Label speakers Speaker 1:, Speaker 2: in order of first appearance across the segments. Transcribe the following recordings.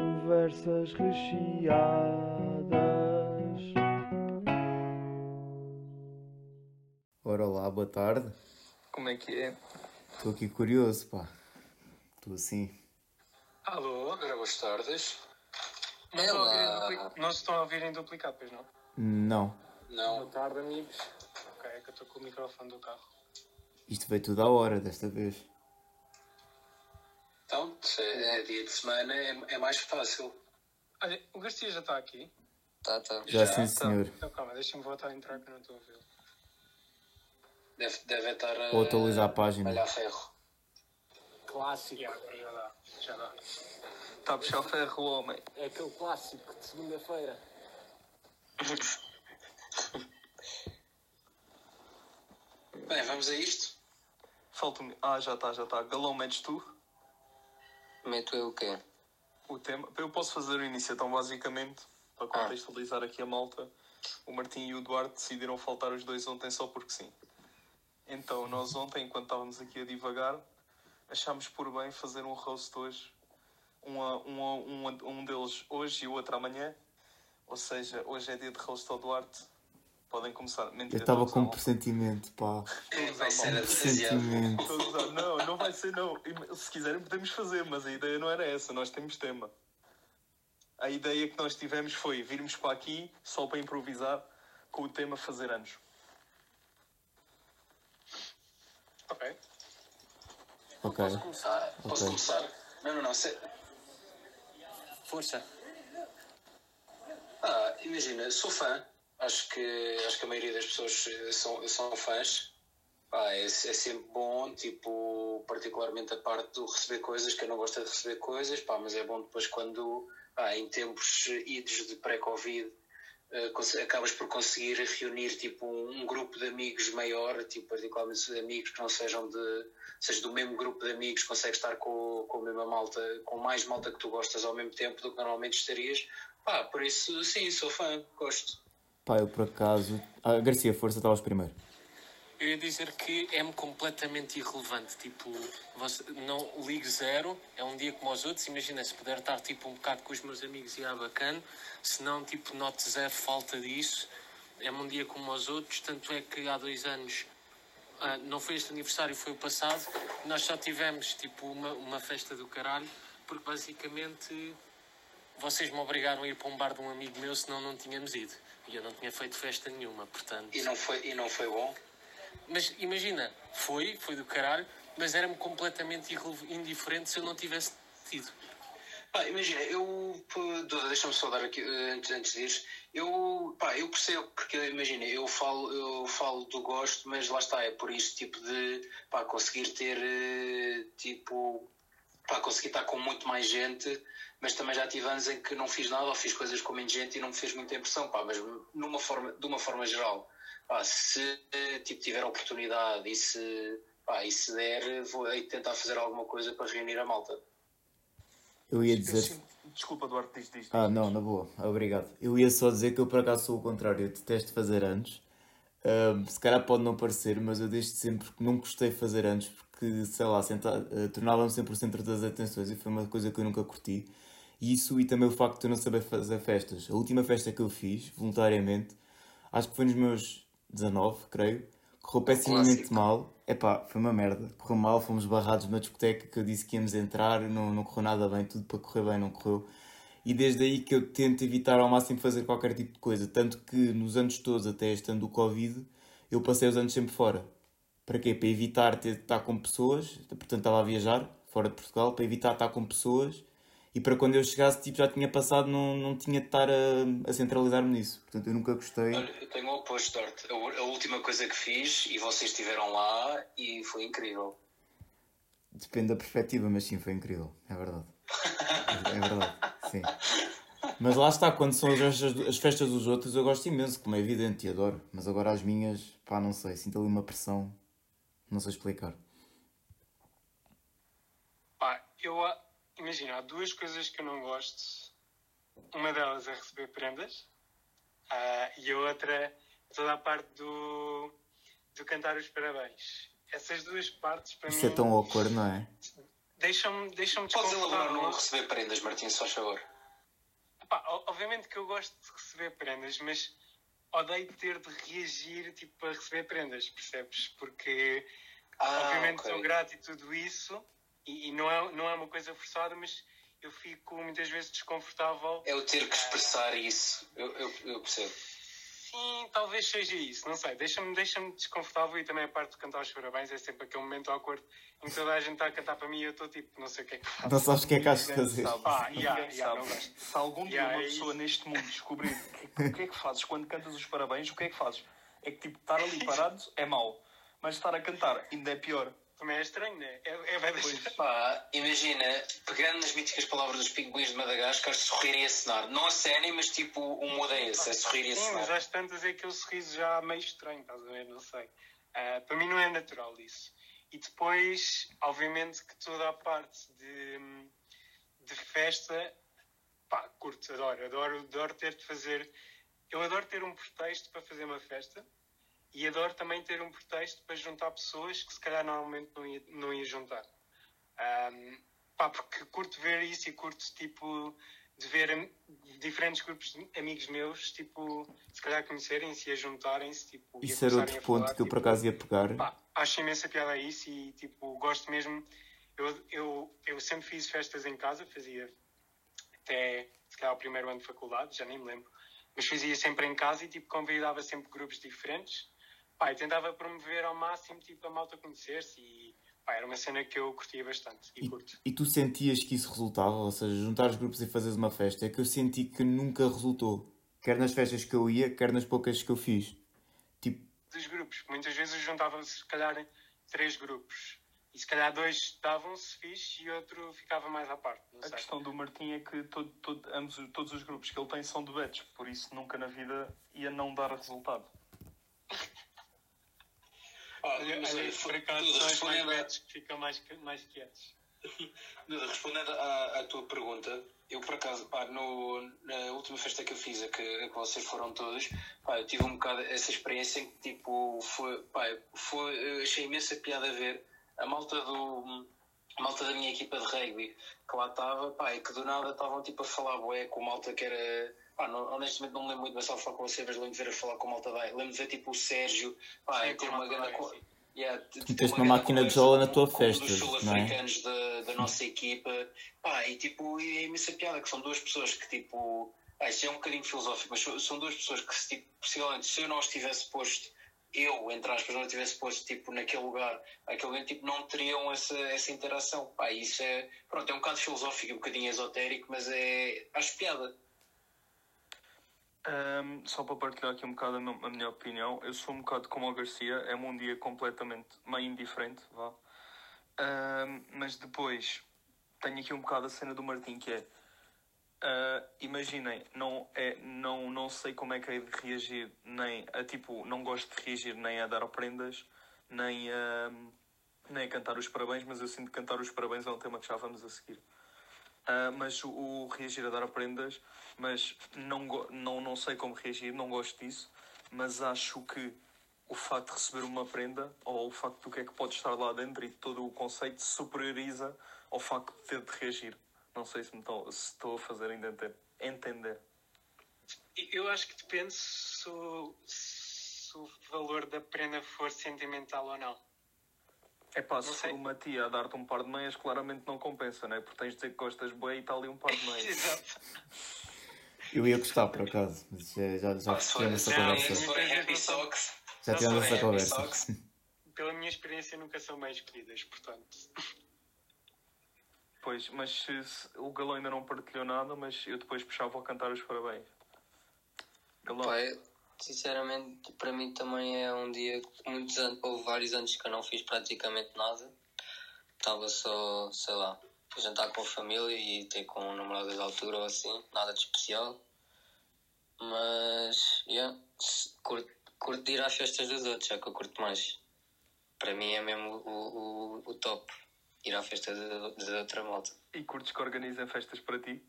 Speaker 1: conversas recheadas.
Speaker 2: Ora olá, boa tarde.
Speaker 3: Como é que é?
Speaker 2: Estou aqui curioso, pá. Estou assim.
Speaker 3: Alô?
Speaker 4: Ora, boas tardes.
Speaker 3: Não, estão a ouvir em
Speaker 4: Olá.
Speaker 3: duplicado. não se estão a ouvir em duplicado, pois não?
Speaker 2: Não,
Speaker 4: Não,
Speaker 3: tarde, amigos. Ok, é que eu estou com o microfone do carro.
Speaker 2: isto veio tudo à hora desta vez.
Speaker 4: então, se é dia de semana, é, é mais fácil.
Speaker 3: Olha, o Garcia já está aqui.
Speaker 5: Tá, tá.
Speaker 2: Já,
Speaker 4: Já,
Speaker 2: sim,
Speaker 4: tá.
Speaker 2: senhor.
Speaker 3: Então calma, deixa-me voltar a entrar que eu não estou a ouvi-lo.
Speaker 4: Deve, deve estar a
Speaker 2: Vou atualizar a página.
Speaker 4: olhar ferro.
Speaker 6: Clássico,
Speaker 3: Yeah, agora já dá, já dá. Está a Tá, puxar o ferro o homem.
Speaker 6: é aquele clássico de segunda-feira.
Speaker 4: Bem, vamos a isto?
Speaker 3: Falta-me. Ah, já está, já está. Galão, metes tu
Speaker 5: Meto eu o quê?
Speaker 3: o tema. Eu posso fazer o início, então basicamente, para contextualizar aqui a malta, o Martim e o Duarte decidiram faltar os dois ontem só porque sim. Então, nós ontem, enquanto estávamos aqui a divagar, achámos por bem fazer um roast hoje. Um, a- um, a- um, a- um deles hoje e o outro amanhã. Ou seja, hoje é dia de roast ao Duarte. Podem começar. Mentira,
Speaker 2: Eu estava
Speaker 3: todos
Speaker 2: com um
Speaker 3: à volta.
Speaker 2: pressentimento, pá.
Speaker 4: É, vai
Speaker 3: Vamos lá,
Speaker 4: ser
Speaker 3: bom.
Speaker 4: demasiado.
Speaker 2: Pressentimento.
Speaker 3: Todos à- Não, não vai ser não. Se quiserem podemos fazer, mas a ideia não era essa, nós temos tema. A ideia que nós tivemos foi virmos para aqui só para improvisar com o tema fazer anos.
Speaker 4: Ok.
Speaker 2: Ok,
Speaker 6: Começar.
Speaker 4: Posso
Speaker 2: Ok.
Speaker 4: começar? Não, não, não. se-
Speaker 5: Força.
Speaker 4: Ah, imagina, sou fã. Acho que, acho que a maioria das pessoas eh, são, são fãs. Pá, é, é sempre bom, tipo, particularmente a parte do receber coisas, que eu não gosto é de receber coisas, pá, mas é bom depois quando, pá, em tempos eh, idos de pré-Covid, eh, conse- acabas por conseguir reunir, tipo, um, um grupo de amigos maior, tipo, particularmente se amigos que não sejam de, seja do mesmo grupo de amigos, consegues estar com, com a mesma malta, com mais malta que tu gostas ao mesmo tempo do que normalmente estarias, Pá, por isso, sim, sou fã, gosto.
Speaker 2: pá, eu por acaso. Ah, Garcia, força, estavas primeiro.
Speaker 6: Eu ia dizer que é-me completamente irrelevante. Tipo, você, não ligo zero, é um dia como os outros. Imagina, se puder estar tipo um bocado com os meus amigos e é bacana. Se não, tipo, note zero falta disso. É-me um dia como os outros. Tanto é que há dois anos Ah, não foi este aniversário, foi o passado. Nós só tivemos tipo uma, uma festa do caralho, porque basicamente vocês me obrigaram a ir para um bar de um amigo meu, senão não tínhamos ido. E eu não tinha feito festa nenhuma, portanto.
Speaker 4: E não foi, e não foi bom?
Speaker 6: Mas imagina, foi, foi do caralho, mas era-me completamente irrele- indiferente se eu não tivesse tido.
Speaker 4: Pá, imagina, eu. pô, Duda, Deixa-me só dar aqui, eh, antes, antes disso. Eu, pá, eu percebo, porque imagina, eu falo, eu falo do gosto, mas lá está, é por isso, tipo, de pá, conseguir ter, eh, tipo. Pá, consegui estar com muito mais gente, mas também já tive anos em que não fiz nada ou fiz coisas com menos gente e não me fez muita impressão, pá, mas numa forma, de uma forma geral, pá, se eh, tipo, tiver oportunidade e se, pá, e se der, eh, vou aí tentar fazer alguma coisa para reunir a malta.
Speaker 2: Eu ia
Speaker 3: Eu
Speaker 2: dizer.
Speaker 3: sinto- Desculpa, Duarte, diz disto.
Speaker 2: Ah, não, na boa, obrigado. Eu ia só dizer que eu por acaso sou o contrário, eu detesto fazer anos. Ahm, se calhar pode não parecer, mas eu desde sempre que não gostei de fazer anos, porque sei lá, senta- eh, tornava-me sempre o centro das atenções e foi uma coisa que eu nunca curti. E isso e também o facto de eu não saber fazer festas. A última festa que eu fiz, voluntariamente, acho que foi nos meus 19, creio, correu pessimamente
Speaker 5: Clássico.
Speaker 2: mal. Epá, foi uma merda. Correu mal, fomos barrados numa discoteca que eu disse que íamos entrar, não, não correu nada bem, tudo para correr bem não correu. E desde aí que eu tento evitar ao máximo fazer qualquer tipo de coisa. Tanto que nos anos todos, até este ano do Covid, eu passei os anos sempre fora. Para quê? Para evitar ter, estar com pessoas. Portanto, estava a viajar fora de Portugal, para evitar estar com pessoas. E para quando eu chegasse, tipo, já tinha passado, não, não tinha de estar a, a centralizar-me nisso. Portanto, eu nunca gostei.
Speaker 4: Olha, eu tenho o oposto, Duarte. A, u- a última coisa que fiz, e vocês estiveram lá, e foi incrível.
Speaker 2: Depende da perspectiva, mas sim, foi incrível. É verdade. É verdade, sim. Mas lá está, quando são as festas, as festas dos outros, eu gosto imenso, como é evidente, e adoro. Mas agora as minhas, pá, não sei, sinto ali uma pressão. Não sei explicar.
Speaker 7: Pá, eu ah, imagina, há duas coisas que eu não gosto. Uma delas é receber prendas ah, e a outra toda a parte do, do cantar os parabéns. Essas duas partes para
Speaker 2: Isto é
Speaker 7: mim
Speaker 2: tão awkward, não é?
Speaker 7: deixam-me deixam
Speaker 4: Podes elaborar
Speaker 7: desconfortável.
Speaker 4: no receber prendas, Martim, se faz favor.
Speaker 7: Pá, o- obviamente que eu gosto de receber prendas, mas odeio ter de reagir tipo, para receber prendas, percebes? Porque
Speaker 4: Ah,
Speaker 7: obviamente
Speaker 4: ok.
Speaker 7: sou grato e tudo isso, e, e não, é, não é uma coisa forçada, mas eu fico muitas vezes desconfortável.
Speaker 4: É o ter que expressar isso. Eu, eu, eu percebo.
Speaker 7: Sim, talvez seja isso, não sei, deixa-me deixa desconfortável e também a parte de cantar os parabéns é sempre aquele momento awkward em que toda a gente está a cantar para mim e eu estou tipo, não sei o que é que faço.
Speaker 2: Não sabes o que é que has de fazer.
Speaker 7: Pá,
Speaker 3: Ninguém
Speaker 7: Ah, yeah, yeah,
Speaker 3: sabe.
Speaker 7: não gosto.
Speaker 3: Se algum dia
Speaker 7: Yeah,
Speaker 3: uma
Speaker 7: é
Speaker 3: pessoa
Speaker 7: isso.
Speaker 3: neste mundo descobrir o que, o que é que fazes quando cantas os parabéns, o que é que fazes? É que tipo, estar ali parado é mau, mas estar a cantar ainda é pior.
Speaker 7: Também é estranho, né? É, é bem estranho.
Speaker 4: Pá, imagina, pegando nas míticas palavras dos pinguins de Madagascar, sorrir e acenar. Não a sério, mas tipo, o modo é esse, é sorrir e
Speaker 7: Sim, mas
Speaker 4: acenar.
Speaker 7: às tantas é aquele sorriso já meio estranho, estás a ver? Não sei. Ah, para mim não é natural isso. E depois, obviamente, que toda a parte de, de festa, pá, curto, adoro, adoro, adoro ter de fazer. Eu adoro ter um pretexto para fazer uma festa e adoro também ter um pretexto para juntar pessoas que se calhar normalmente não ia, não ia juntar. Ahm, pá, porque curto ver isso e curto, tipo, de ver am- diferentes grupos de amigos meus, tipo, se calhar conhecerem-se e a juntarem-se, tipo... e a
Speaker 2: Isso era
Speaker 7: começarem
Speaker 2: outro
Speaker 7: a
Speaker 2: ponto
Speaker 7: falar,
Speaker 2: que eu por
Speaker 7: tipo,
Speaker 2: acaso ia pegar.
Speaker 7: Pá, acho imensa piada a isso e tipo, gosto mesmo. Eu, eu, eu sempre fiz festas em casa, fazia até se calhar o primeiro ano de faculdade, já nem me lembro, mas fazia sempre em casa e tipo, convidava sempre grupos diferentes pá, e tentava promover ao máximo tipo, a malta conhecer-se e pá, era uma cena que eu curtia bastante e
Speaker 2: E,
Speaker 7: curto.
Speaker 2: e tu sentias que isso resultava? Ou seja, juntar os grupos e fazeres uma festa? É que eu senti que nunca resultou. Quer nas festas que eu ia, quer nas poucas que eu fiz. Tipo,
Speaker 7: Dos grupos, muitas vezes eu juntava se calhar três grupos e se calhar dois davam-se fixe e outro ficava mais à parte, não
Speaker 3: A
Speaker 7: sei.
Speaker 3: questão do Martim é que todo, todo, ambos, todos os grupos que ele tem são debates, por isso nunca na vida ia não dar resultado.
Speaker 4: Pá,
Speaker 7: Olha,
Speaker 4: mas,
Speaker 7: olha,
Speaker 4: eh,
Speaker 7: por acaso
Speaker 4: tudo
Speaker 7: são os mais
Speaker 4: respondendo a-
Speaker 7: betos que ficam mais, mais quietos.
Speaker 4: Respondendo à, à tua pergunta, eu por acaso, pá, no, na última festa que eu fiz, a que, a que vocês foram todos, pá, eu tive um bocado essa experiência em que, tipo, foi, pá, foi, eu achei imensa piada a ver a malta do. a malta da minha equipa de rugby que lá estava, pá, e que do nada estavam, tipo, a falar bué com malta que era. Pá, não- honestamente não me lembro muito, mas estava a falar com vocês, mas lembro de ver a falar com malta da. Lembro de ver, tipo, o Sérgio, pá,
Speaker 7: Sim,
Speaker 4: e ter
Speaker 7: com
Speaker 4: Ah, é
Speaker 7: a
Speaker 4: uma
Speaker 7: malta
Speaker 4: grande.
Speaker 7: da
Speaker 4: co-
Speaker 7: Rugby, sim.
Speaker 4: Yeah, t-
Speaker 2: Tu
Speaker 4: ter
Speaker 2: tens uma
Speaker 4: uma grande
Speaker 2: Tipo máquina de
Speaker 4: conversa
Speaker 2: jola na
Speaker 4: com-
Speaker 2: tua
Speaker 4: com
Speaker 2: festa,
Speaker 4: Um dos
Speaker 2: não é?
Speaker 4: sul-africanos da, da nossa equipa. Pá, e tipo, e é imensa piada, que são duas pessoas que tipo. Ah, isso é um bocadinho filosófico, mas so- são duas pessoas que, se, tipo, possivelmente, se eu não estivesse posto, eu, entre aspas, não estivesse posto tipo, naquele lugar, aquele momento, tipo, não teriam essa, essa interação. Pá, isso é. Pronto, é um bocado filosófico, e um bocadinho esotérico, mas é. Acho piada.
Speaker 3: Ahm, só para partilhar aqui um bocado a, meu- a minha opinião, eu sou um bocado como o Garcia, é-me um dia completamente meio indiferente, vá. Ahm, mas depois tenho aqui um bocado a cena do Martim que é ah, imaginem, não, é, não, não sei como é que é de reagir, nem a tipo, não gosto de reagir nem a dar prendas, nem a, nem a cantar os parabéns, mas eu sinto que cantar os parabéns é um tema que já vamos a seguir. Ah, mas o, o reagir a dar prendas, mas não, go- não, não sei como reagir, não gosto disso, mas acho que o facto de receber uma prenda, ou o facto do que é que pode estar lá dentro e todo o conceito se superioriza ao facto de ter de reagir. Não sei se, me estou, se estou a fazer ainda ente- entender.
Speaker 7: Eu acho que depende se o, se o valor da prenda for sentimental ou não.
Speaker 3: É pá, se
Speaker 7: Não
Speaker 3: for
Speaker 7: sei.
Speaker 3: uma tia a dar-te um par de meias, claramente não compensa, não é? Porque tens de dizer que gostas bem e está ali um par de meias.
Speaker 7: Exato.
Speaker 2: eu ia gostar por acaso, mas já, já, já
Speaker 4: Pá, se for,
Speaker 2: tivemos
Speaker 4: se
Speaker 2: essa
Speaker 4: forem-
Speaker 2: conversa.
Speaker 4: É, se forem happy socks,
Speaker 2: Já
Speaker 7: se
Speaker 2: tivemos
Speaker 4: forem
Speaker 2: essa
Speaker 4: happy
Speaker 2: conversa.
Speaker 4: socks,
Speaker 7: Pela minha experiência, nunca são bem escolhidas, portanto.
Speaker 3: Pois, mas se- se- o Galão ainda não partilhou nada, mas eu depois puxava a cantar os parabéns. Galão.
Speaker 5: Pá, eu, sinceramente, para mim também é um dia que muitos anos, houve vários anos que eu não fiz praticamente nada. Estava só, sei lá, a jantar com a família e ter com namoradas de altura ou assim, nada de especial. Mas, yeah, se- curto, curto ir às festas dos outros, é que eu curto mais. Para mim é mesmo o, o, o top, ir à festa de, de outra malta.
Speaker 3: E curtes que organizem festas para ti?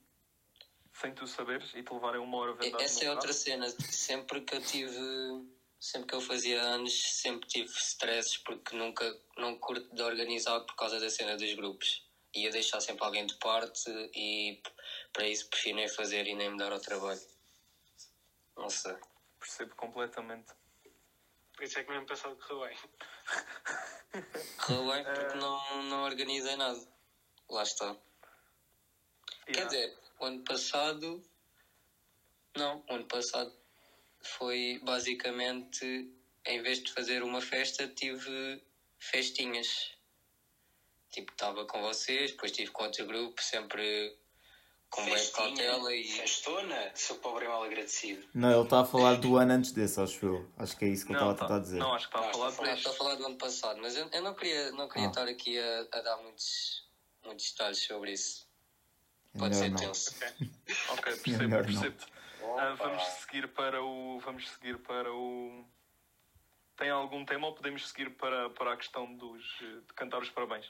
Speaker 3: Sem tu saberes e te levarem uma hora
Speaker 5: E-
Speaker 3: vendada
Speaker 5: Essa
Speaker 3: no
Speaker 5: é outra
Speaker 3: carro?
Speaker 5: cena. Sempre que eu tive. Sempre que eu fazia anos, sempre tive stresses porque nunca não curto de organizar por causa da cena dos grupos. ia deixar sempre alguém de parte e p- para isso prefiro nem fazer e nem me dar ao trabalho. Não sei.
Speaker 3: Percebo completamente.
Speaker 7: Por isso é que no ano passado correu bem.
Speaker 5: Correu bem porque não, não organizei nada. Lá está. Quer
Speaker 3: Yeah.
Speaker 5: dizer, o ano passado. Não, o ano passado foi basicamente. Em vez de fazer uma festa, tive festinhas. Tipo, estava com vocês, depois estive com outro cautela sempre com bem cautela e.
Speaker 4: Festona? Sou pobre e mal agradecido.
Speaker 2: Não, ele está a falar do ano antes desse, acho eu. Acho que é isso que ele estava
Speaker 3: Não,
Speaker 2: a
Speaker 3: tá-
Speaker 2: tentar dizer.
Speaker 3: não, acho que estava a
Speaker 4: Não,
Speaker 3: falar
Speaker 4: estou
Speaker 5: Não,
Speaker 3: de
Speaker 5: estou a falar do ano passado, mas eu, eu não queria, não queria
Speaker 2: Ah.
Speaker 5: estar aqui a, a dar muitos, muitos detalhes sobre isso.
Speaker 2: É
Speaker 5: Pode ser
Speaker 2: melhor não.
Speaker 5: tenso.
Speaker 3: Ok, percebo,
Speaker 2: é melhor não.
Speaker 3: percebo. Ah,
Speaker 4: Opa.
Speaker 3: vamos seguir para o. Vamos seguir para o. Tem algum tema ou podemos seguir para, para a questão dos, eh, de cantar os parabéns?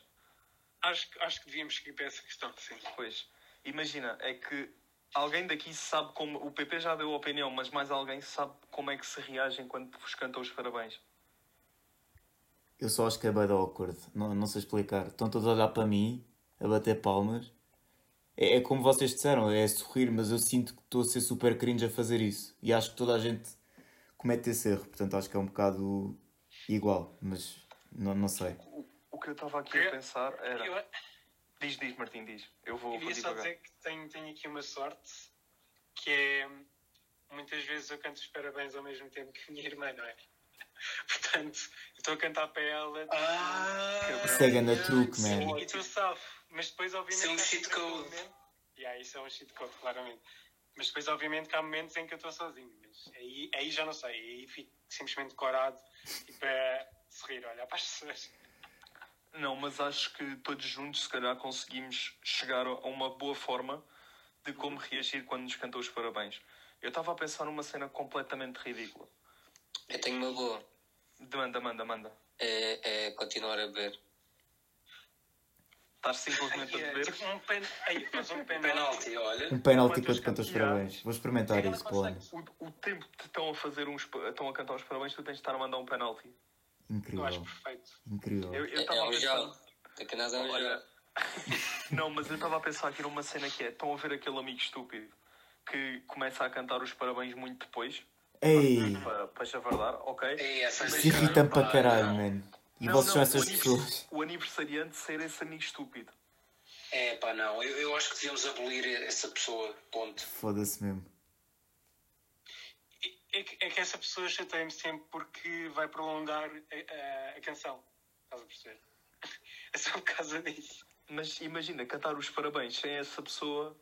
Speaker 7: Acho, que- acho que devíamos seguir para essa questão, sim.
Speaker 3: Pois, imagina, é que alguém daqui sabe como. O PP já deu a opinião, mas mais alguém sabe como é que se reagem quando vos cantam os parabéns.
Speaker 2: Eu só acho que é bada awkward, não, não sei explicar. Estão todos a olhar para mim, a bater palmas. É, é como vocês disseram, é sorrir, mas eu sinto que estou a ser super cringe a fazer isso. E acho que toda a gente comete esse erro, portanto acho que é um bocado igual, mas não, não sei.
Speaker 3: O, o que eu estava aqui a
Speaker 7: Eu-
Speaker 3: pensar
Speaker 7: Eu,
Speaker 3: era. Diz, diz, Martim, diz. Eu vou,
Speaker 7: eu
Speaker 3: vou
Speaker 7: ia só
Speaker 3: divagar.
Speaker 7: dizer que tenho, tenho aqui uma sorte, que é muitas vezes eu canto os parabéns ao mesmo tempo que a minha irmã, não é? Portanto, eu estou a cantar para ela
Speaker 4: Ah,
Speaker 2: Isso é ganda truque,
Speaker 4: sim.
Speaker 2: man.
Speaker 7: e tu safo, mas depois obviamente...
Speaker 4: Isso é um
Speaker 7: há
Speaker 4: cheat
Speaker 7: sempre aquele
Speaker 4: code.
Speaker 7: momento- Yeah, isso é um cheat code, claramente. Mas depois obviamente que há momentos em que eu estou sozinho, mas aí, aí já não sei, aí fico simplesmente corado tipo, e para sorrir, olhar para as pessoas.
Speaker 3: Não, mas acho que todos juntos, se calhar, conseguimos chegar a uma boa forma de
Speaker 7: Uhum.
Speaker 3: como reagir quando nos cantam os parabéns. Eu estava a pensar numa cena completamente ridícula.
Speaker 5: Eu tenho uma boa.
Speaker 3: Demanda, manda, manda.
Speaker 5: É, é continuar a beber.
Speaker 3: Estás simplesmente a beber?
Speaker 7: Tipo um pen... Aí, mas um penalti.
Speaker 4: Penalti, olha.
Speaker 2: Um penalti
Speaker 3: Quantas
Speaker 2: quando canto os
Speaker 3: campeões?
Speaker 2: parabéns. Vou experimentar
Speaker 7: Ela
Speaker 2: isso para o ano.
Speaker 7: consegue.
Speaker 3: O, o tempo que te estão a fazer uns, pa- estão a cantar os parabéns, tu tens de estar a mandar um penalti.
Speaker 7: Eu acho
Speaker 2: Incrível,
Speaker 7: perfeito.
Speaker 2: incrível.
Speaker 3: Eu
Speaker 5: É,
Speaker 3: eu estava
Speaker 5: é
Speaker 3: a
Speaker 5: um
Speaker 3: pensar.
Speaker 5: jogo. Daqui a nada é um
Speaker 3: Olha,
Speaker 5: jogo.
Speaker 3: Não, mas eu estava a pensar aqui numa cena que é: estão a ver aquele amigo estúpido que começa a cantar os parabéns muito depois,
Speaker 2: Ei,
Speaker 3: para, para chavardar, ok?
Speaker 4: Ei, essa
Speaker 3: Mas
Speaker 2: se irritam para caralho, man. E
Speaker 3: Não,
Speaker 2: vocês são
Speaker 3: não,
Speaker 2: essas
Speaker 3: o anivers-
Speaker 2: pessoas.
Speaker 3: O aniversariante ser esse amigo estúpido.
Speaker 4: É pá, não. Eu, eu acho que devíamos abolir essa pessoa. Ponto.
Speaker 2: Foda-se mesmo.
Speaker 7: É que, é que essa pessoa chateia-me sempre porque vai prolongar a, a- a canção. Estás a perceber? É só por causa disso.
Speaker 3: Mas imagina, cantar os parabéns sem essa pessoa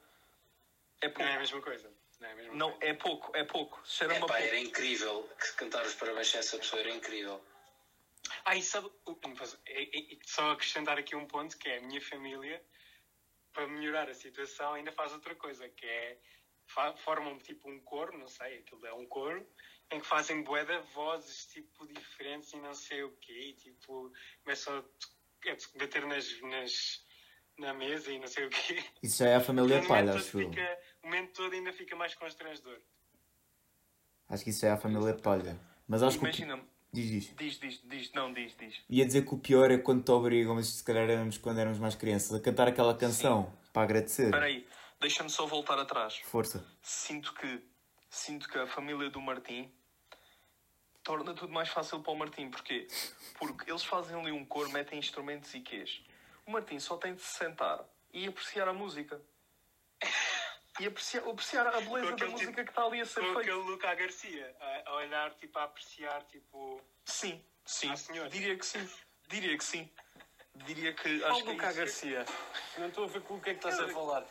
Speaker 3: é
Speaker 7: Não é a
Speaker 3: pouco.
Speaker 7: mesma coisa. Não é a mesma
Speaker 3: Não,
Speaker 7: coisa.
Speaker 3: é pouco, é pouco. Cheira-me a
Speaker 4: Epá, é era
Speaker 3: pouco.
Speaker 4: incrível que cantar os parabéns a essa pessoa, era incrível.
Speaker 7: Ah, e sabe. o- não, posso- é- é- é Só acrescentar aqui um ponto que é a minha família, para melhorar a situação, ainda faz outra coisa, que é. fa- Formam tipo um coro, não sei, aquilo é um coro, em que fazem boeda vozes tipo diferentes e não sei o quê, e tipo começam a, to- a to- bater nas, nas, na mesa e não sei o quê.
Speaker 2: Isso já é a família
Speaker 7: O
Speaker 2: palha,
Speaker 7: momento
Speaker 2: acho eu.
Speaker 7: fica- O momento todo ainda fica mais constrangedor.
Speaker 2: Acho que isso já é a família palha. Mas acho que. o pi-
Speaker 3: Imagina,
Speaker 2: Diz, diz.
Speaker 3: diz, diz, diz, não, diz, diz.
Speaker 2: Ia dizer que o pior é quando te obrigam, mas se calhar éramos quando éramos mais crianças, a cantar aquela canção para agradecer.
Speaker 3: Espera aí, deixa-me só voltar atrás.
Speaker 2: Força.
Speaker 3: Sinto que, sinto que a família do Martim torna tudo mais fácil para o Martim. Porquê? Porque eles fazem ali um cor, metem instrumentos e quês. O Martim só tem de se sentar e apreciar a música. E apreciar, apreciar a beleza da
Speaker 7: aquele
Speaker 3: música
Speaker 7: tipo-
Speaker 3: que está ali a ser
Speaker 7: Com
Speaker 3: feita.
Speaker 7: aquele Luca Garcia, a, a olhar, tipo, a apreciar, tipo.
Speaker 3: Sim, sim.
Speaker 7: Ah, senhor.
Speaker 3: Diria que sim. Diria que sim. Diria que
Speaker 6: Ó,
Speaker 3: acho que é
Speaker 6: Luca
Speaker 3: isso.
Speaker 6: Garcia. Não estou a ver com o que é que estás a falar.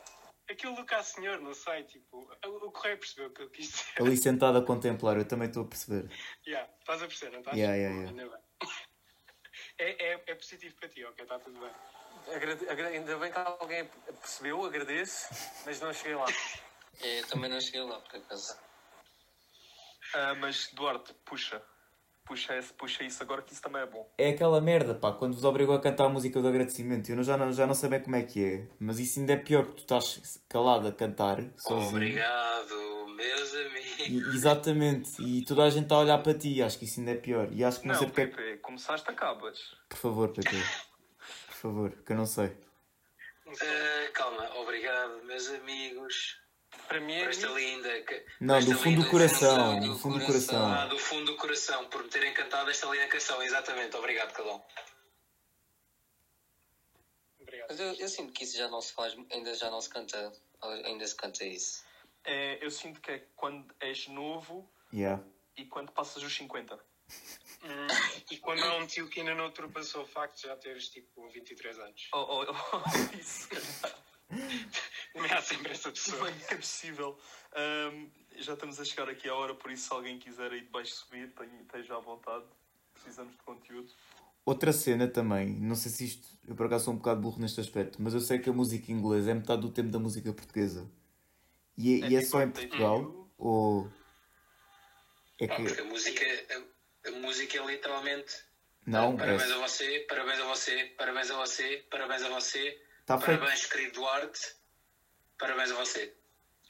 Speaker 7: Aquele Luca senhor, não sei, tipo. O, o Correio percebeu o que eu quis dizer.
Speaker 2: Ali sentado a contemplar, eu também estou a perceber.
Speaker 7: Yeah, estás a perceber, não estás?
Speaker 2: Yeah, yeah, yeah.
Speaker 7: Ainda bem. É, é, é positivo para ti, ok? Está tudo bem.
Speaker 6: Agrade- agra- Ainda bem que alguém percebeu, agradeço, mas não cheguei lá.
Speaker 5: É, eu também não cheguei lá, por acaso.
Speaker 3: Ah, mas Duarte, puxa. Puxa, esse, puxa isso agora que isso também é bom.
Speaker 2: É aquela merda, pá, quando vos obrigam a cantar a música do agradecimento. Eu não- já não, já não sei bem como é que é, mas isso ainda é pior porque tu estás calado a cantar, sozinho.
Speaker 4: Obrigado, meus amigos.
Speaker 2: E- exatamente, e toda a gente está a olhar para ti, acho que isso ainda é pior. E acho que não,
Speaker 3: Não,
Speaker 2: sei porque é que.
Speaker 3: Pepe, começaste, acabas.
Speaker 2: Por favor, Pepe. Por favor, que eu não sei.
Speaker 7: Não sei.
Speaker 4: Ah, calma, obrigado, meus amigos.
Speaker 6: Para mim é
Speaker 4: Por esta
Speaker 6: amigo.
Speaker 4: linda. ca-
Speaker 2: Não,
Speaker 4: por
Speaker 2: do
Speaker 4: esta
Speaker 2: fundo do
Speaker 4: linda
Speaker 2: coração,
Speaker 4: canção.
Speaker 2: do fundo do
Speaker 4: Ah,
Speaker 2: coração.
Speaker 4: do fundo do coração, por me terem cantado esta linda canção, exatamente. Obrigado, Calão. Eh,
Speaker 7: Obrigado.
Speaker 5: Mas eu, eu sinto que isso já não se faz, ainda já não se canta, ainda se canta isso.
Speaker 3: É, eu sinto que é quando és novo
Speaker 2: Yeah.
Speaker 3: e quando passas os 50.
Speaker 7: Hum, e quando há um tio que ainda não ultrapassou o facto de já teres tipo 23 anos.
Speaker 3: Oh, oh, oh, isso, cara.
Speaker 7: Também há sempre é assim essa pessoa.
Speaker 3: Bem, é possível. Ahm, já estamos a chegar aqui à hora, por isso se alguém quiser aí de baixo subir, tenha- esteja à vontade. Precisamos de conteúdo.
Speaker 2: Outra cena também, não sei se isto, eu por acaso sou um bocado burro neste aspecto, mas eu sei que a música inglesa é metade do tempo da música portuguesa. E é, e é só em Portugal? Ou. É
Speaker 4: Pá, porque
Speaker 2: que.
Speaker 4: a música, a, a música é literalmente.
Speaker 2: Não,
Speaker 4: parabéns a
Speaker 2: parece.
Speaker 4: você, parabéns a você, parabéns a você, parabéns a você,
Speaker 2: Está Tá feito.
Speaker 4: parabéns, querido Duarte, parabéns a você.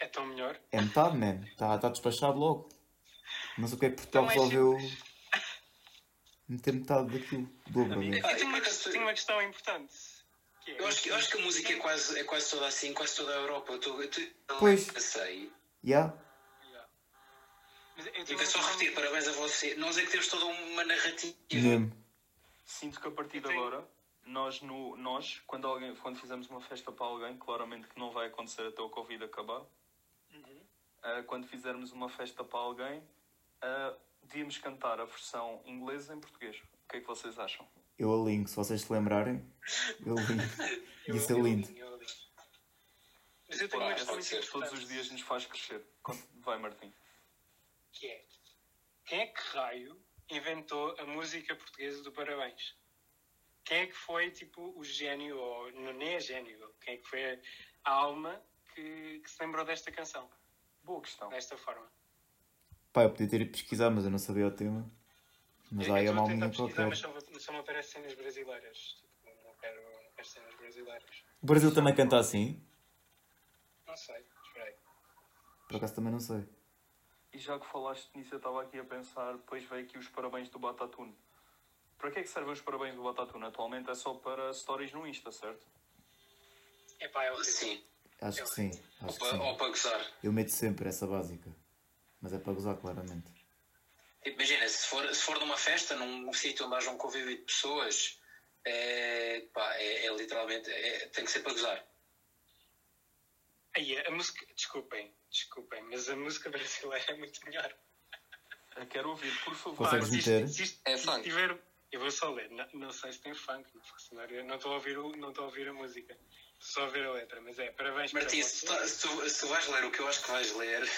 Speaker 7: É tão melhor.
Speaker 2: É metade, man. Está tá despachado logo. Não sei porque é que Portugal
Speaker 7: Não é
Speaker 2: resolveu meter metade daquilo. Dobro,
Speaker 3: Amigo,
Speaker 2: né?
Speaker 4: Ah,
Speaker 7: Aqui
Speaker 4: e
Speaker 7: tem uma,
Speaker 4: por acaso-
Speaker 7: tem uma questão importante. Que é,
Speaker 4: Eu acho que, eu acho que a música é quase, é quase toda assim, quase toda a Europa. Eu, tô, eu, tô,
Speaker 2: Pois.
Speaker 4: eu sei.
Speaker 2: Yeah.
Speaker 7: Mas eu tenho
Speaker 4: Eu
Speaker 7: uma
Speaker 4: quero só
Speaker 7: questão-
Speaker 4: repetir, parabéns a você. Nós é que temos toda uma narrativa.
Speaker 2: Mesmo.
Speaker 3: Sinto que a partir de
Speaker 7: Sim.
Speaker 3: agora, nós, no, nós quando, alguém, quando fizermos uma festa para alguém, claramente que não vai acontecer até o Covid acabar, ah, quando fizermos uma festa para alguém, ah, devíamos cantar a versão inglesa em português. O que é que vocês acham?
Speaker 2: Eu alinho, se vocês se lembrarem, eu alinho. Isso é lindo.
Speaker 7: Eu li. Mas eu tenho uma
Speaker 3: Pá,
Speaker 7: questão
Speaker 4: pode ser.
Speaker 7: importante.
Speaker 3: Todos os dias nos faz crescer. Conte- Vai, Martim.
Speaker 7: que é quem é que raio inventou a música portuguesa do Parabéns? Quem é que foi tipo o gênio, ou não nem é gênio, quem é que foi a alma que, que se lembrou desta canção,
Speaker 3: Boa questão.
Speaker 4: É.
Speaker 7: desta forma?
Speaker 2: Pá, eu podia ter ido pesquisar, mas eu não sabia o tema. Mas
Speaker 7: Eu
Speaker 2: aí é
Speaker 7: estou a
Speaker 2: uma
Speaker 7: tentar
Speaker 2: alminha
Speaker 7: pesquisar,
Speaker 2: qualquer.
Speaker 7: Mas só, me- só me aparecem cenas brasileiras. Tipo, não quero não quero cenas brasileiras.
Speaker 2: O Brasil também canta assim?
Speaker 7: Não sei, esperei.
Speaker 2: Por acaso também não sei.
Speaker 3: E já que falaste nisso, eu estava aqui a pensar, depois veio aqui os parabéns do Batatune. Para que é que servem os parabéns do Batatune? Atualmente é só para stories no Insta, certo?
Speaker 7: Epá, é horrível.
Speaker 4: Sim,
Speaker 2: Acho que sim,
Speaker 4: ou
Speaker 2: acho que
Speaker 4: para, ou
Speaker 2: sim.
Speaker 4: para gozar.
Speaker 2: Eu meto sempre essa básica. Mas é para gozar, claramente.
Speaker 4: Imagina, se for, se for numa festa, num sítio onde haja um convívio de pessoas, é, pá, é, é literalmente, é- tem que ser para gozar.
Speaker 7: Aí, a música, desculpem, desculpem, mas a música brasileira é muito melhor.
Speaker 3: Eu Eh, quero ouvir, por favor.
Speaker 2: Consegues
Speaker 7: se isto-
Speaker 2: meter?
Speaker 7: se isto-
Speaker 5: É
Speaker 7: se
Speaker 5: funk.
Speaker 7: tiver- eu vou só ler, não, não sei se tem funk, não faço nada, eu não estou a ouvir o- não estou a ouvir a música, estou só a ouvir a letra, mas é, parabéns para
Speaker 4: Martim, se
Speaker 7: você.
Speaker 4: tu, se tu- se tu vais ler o que eu acho que vais ler,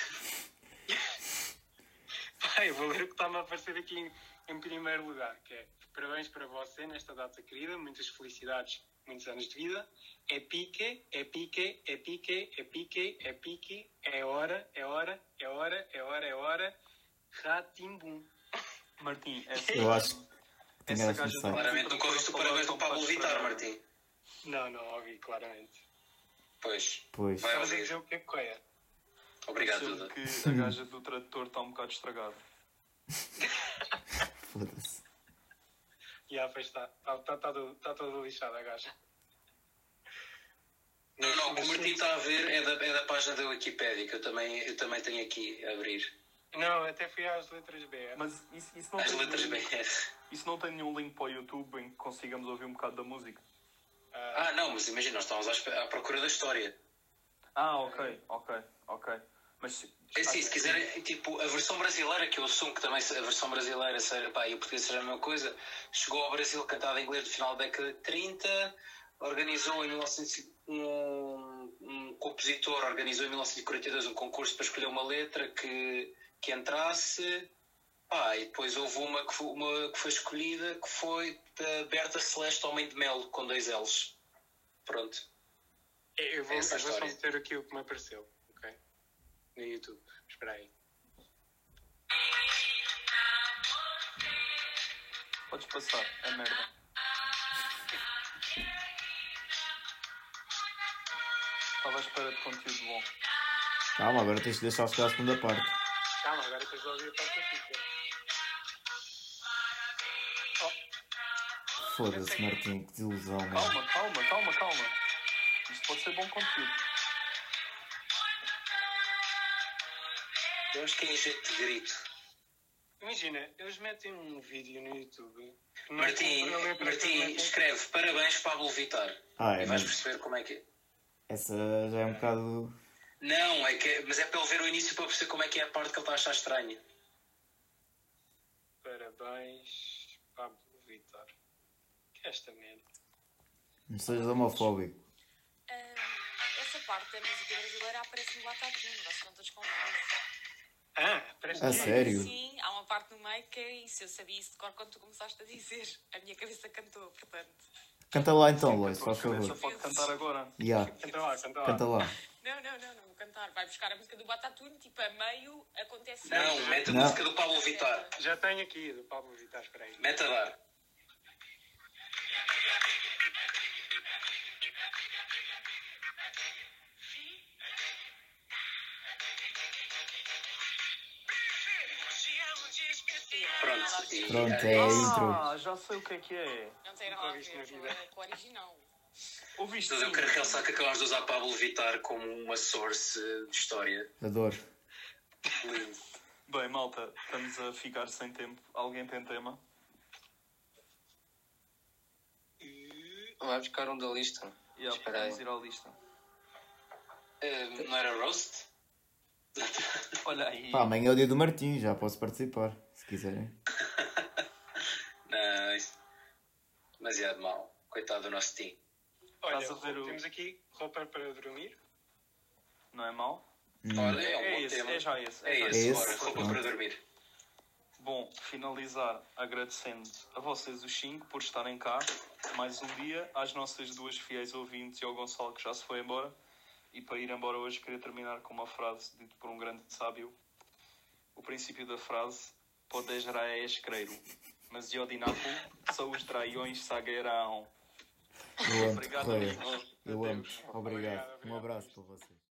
Speaker 7: Pá, eu vou ler o que está-me a aparecer aqui em, em primeiro lugar, que é parabéns para você nesta data querida, muitas felicidades, muitos anos de vida, é pique, é pique, é pique, é pique, é pique, é hora, é hora, é hora, é hora, é hora, ratimbum.
Speaker 3: Martim, é assim, essa,
Speaker 2: Eu acho que
Speaker 3: essa
Speaker 2: tinha
Speaker 3: gaja
Speaker 2: essa necessário.
Speaker 4: claramente nunca ouviste o parabéns do Pablo Vittar, Martim.
Speaker 7: Não, não ouvi, claramente.
Speaker 4: Pois,
Speaker 2: Pois.
Speaker 4: vai
Speaker 7: Estavas a dizer
Speaker 4: ouvir.
Speaker 7: o que é que é?
Speaker 4: Obrigado,
Speaker 3: Sendo
Speaker 4: Duda.
Speaker 3: que a gaja do tradutor está um bocado estragada.
Speaker 2: Foda-se.
Speaker 7: Já, pois está. Está tá, tá, todo- tá todo lixado a gaja.
Speaker 4: Não, não, o que o Martim está a ver é da, é da página da Wikipédia, que eu também, eu também tenho aqui a abrir.
Speaker 7: Não, até fui às letras B. É
Speaker 3: Mas isso, isso, não
Speaker 4: As letras
Speaker 3: tem nenhum,
Speaker 4: BS.
Speaker 3: isso não tem nenhum link para o YouTube em que consigamos ouvir um bocado da música?
Speaker 7: Ah,
Speaker 4: Ah, não, mas imagina, nós estávamos à, espe- à procura da história.
Speaker 3: Ah, ok, ok, ok. Mas se-
Speaker 4: É assim, se quiserem, tipo, a versão brasileira, que eu assumo que também se- a versão brasileira seja, pá, e o português seja a mesma coisa, chegou ao Brasil cantada em inglês no final da década de 30, organizou em 1900 um, um compositor organizou em 1942 um concurso para escolher uma letra que, que entrasse, pá, e depois houve uma que foi, uma que foi escolhida, que foi da Berta Celeste Homem de Melo, com dois L's. Pronto.
Speaker 7: É,
Speaker 4: É
Speaker 7: eu vou, eu
Speaker 4: essa
Speaker 7: vou só
Speaker 4: história.
Speaker 7: meter aqui o que me apareceu, ok? No YouTube. Espera aí.
Speaker 3: Podes passar, é merda. Estava à espera de conteúdo bom.
Speaker 2: Calma, agora tens de deixar chegar à segunda parte.
Speaker 7: Calma, agora tens de ouvir a parte da fica.
Speaker 2: Foda-se, Martim, que desilusão, mano.
Speaker 3: Calma, calma, calma, calma. Isso pode ser bom conteúdo.
Speaker 4: Eu acho que é jeito de grito.
Speaker 7: Imagina, eles metem um vídeo no YouTube. que nós
Speaker 4: Martim,
Speaker 7: temos para ler é para
Speaker 4: Martim
Speaker 7: todos.
Speaker 4: escreve parabéns Pablo Vittar.
Speaker 2: Ah, é,
Speaker 4: e vais
Speaker 2: mas
Speaker 4: perceber como é que é.
Speaker 2: essa já é um bocado.
Speaker 4: Não, é que, mas é para ele ver o início para perceber como é que é a parte que ele está a achar estranha.
Speaker 7: Parabéns, Pablo Vitor. Que é esta merda.
Speaker 2: Não sejas homofóbico.
Speaker 1: Ah, essa parte da música brasileira aparece no Batatinho, vocês não todos confusos.
Speaker 7: Ah, parece
Speaker 2: A
Speaker 7: que
Speaker 2: sério?
Speaker 1: Sim, há uma parte no meio que é isso. Eu sabia isso de cor quando tu começaste a dizer. A minha cabeça cantou, portanto.
Speaker 2: Canta lá então, Lois,
Speaker 3: Tua
Speaker 2: faz
Speaker 3: cabeça
Speaker 2: favor.
Speaker 3: pode cantar agora.
Speaker 2: Yeah,
Speaker 7: Canta lá, canta lá.
Speaker 2: canta lá.
Speaker 1: Não, não, não, não vou cantar. Vai buscar a música do Batatinho, tipo, a meio acontece.
Speaker 4: Não,
Speaker 1: isso.
Speaker 4: mete a
Speaker 2: Não.
Speaker 4: música do Pablo Vittar.
Speaker 7: Já tenho aqui do Pablo Vittar, espera aí.
Speaker 4: Mete a dar. Pronto. e-
Speaker 2: Pronto, é a intro.
Speaker 3: Ah, já sei o que é que é.
Speaker 1: Não tem nada a
Speaker 7: Nunca vi
Speaker 1: ver
Speaker 7: isto na vida.
Speaker 1: com- com o original.
Speaker 3: Ouviste
Speaker 4: Mas eu quero realçar que acabámos de usar Pablo Vittar como uma source eh, de história.
Speaker 2: Adoro.
Speaker 3: Hum.
Speaker 4: Lindo.
Speaker 3: Bem, malta, estamos a ficar sem tempo. Alguém tem tema?
Speaker 5: Vai buscar um da lista.
Speaker 3: Yeah,
Speaker 5: Espera aí.
Speaker 3: podemos ir à lista.
Speaker 4: Eh, não era roast?
Speaker 3: Olha aí.
Speaker 2: Pá, amanhã é o dia do Martim, já posso participar, se quiserem.
Speaker 4: Não, isso. Demasiado mal. Coitado do nosso team.
Speaker 7: Olha,
Speaker 3: Estás a ver o-
Speaker 7: temos aqui roupa para dormir.
Speaker 3: Não é mau?
Speaker 4: Olha, é um
Speaker 3: É
Speaker 4: bom
Speaker 3: esse,
Speaker 4: tema.
Speaker 3: é já esse.
Speaker 4: É
Speaker 3: já
Speaker 4: esse,
Speaker 2: esse?
Speaker 4: bora. Roupa
Speaker 2: Pronto.
Speaker 4: para dormir.
Speaker 3: Bom, finalizar agradecendo a vocês os cinco por estarem cá mais um dia, às nossas duas fiéis ouvintes e ao Gonçalo que já se foi embora. E para ir embora hoje queria terminar com uma frase dita por um grande sábio. O princípio da frase, podes raé escreiro, mas iodinapo só os traiões sagueirão.
Speaker 2: Eu amo-te,
Speaker 3: Obrigado,
Speaker 2: Correia.
Speaker 3: amigo.
Speaker 2: Eu amo-te. Obrigado. Um abraço para vocês.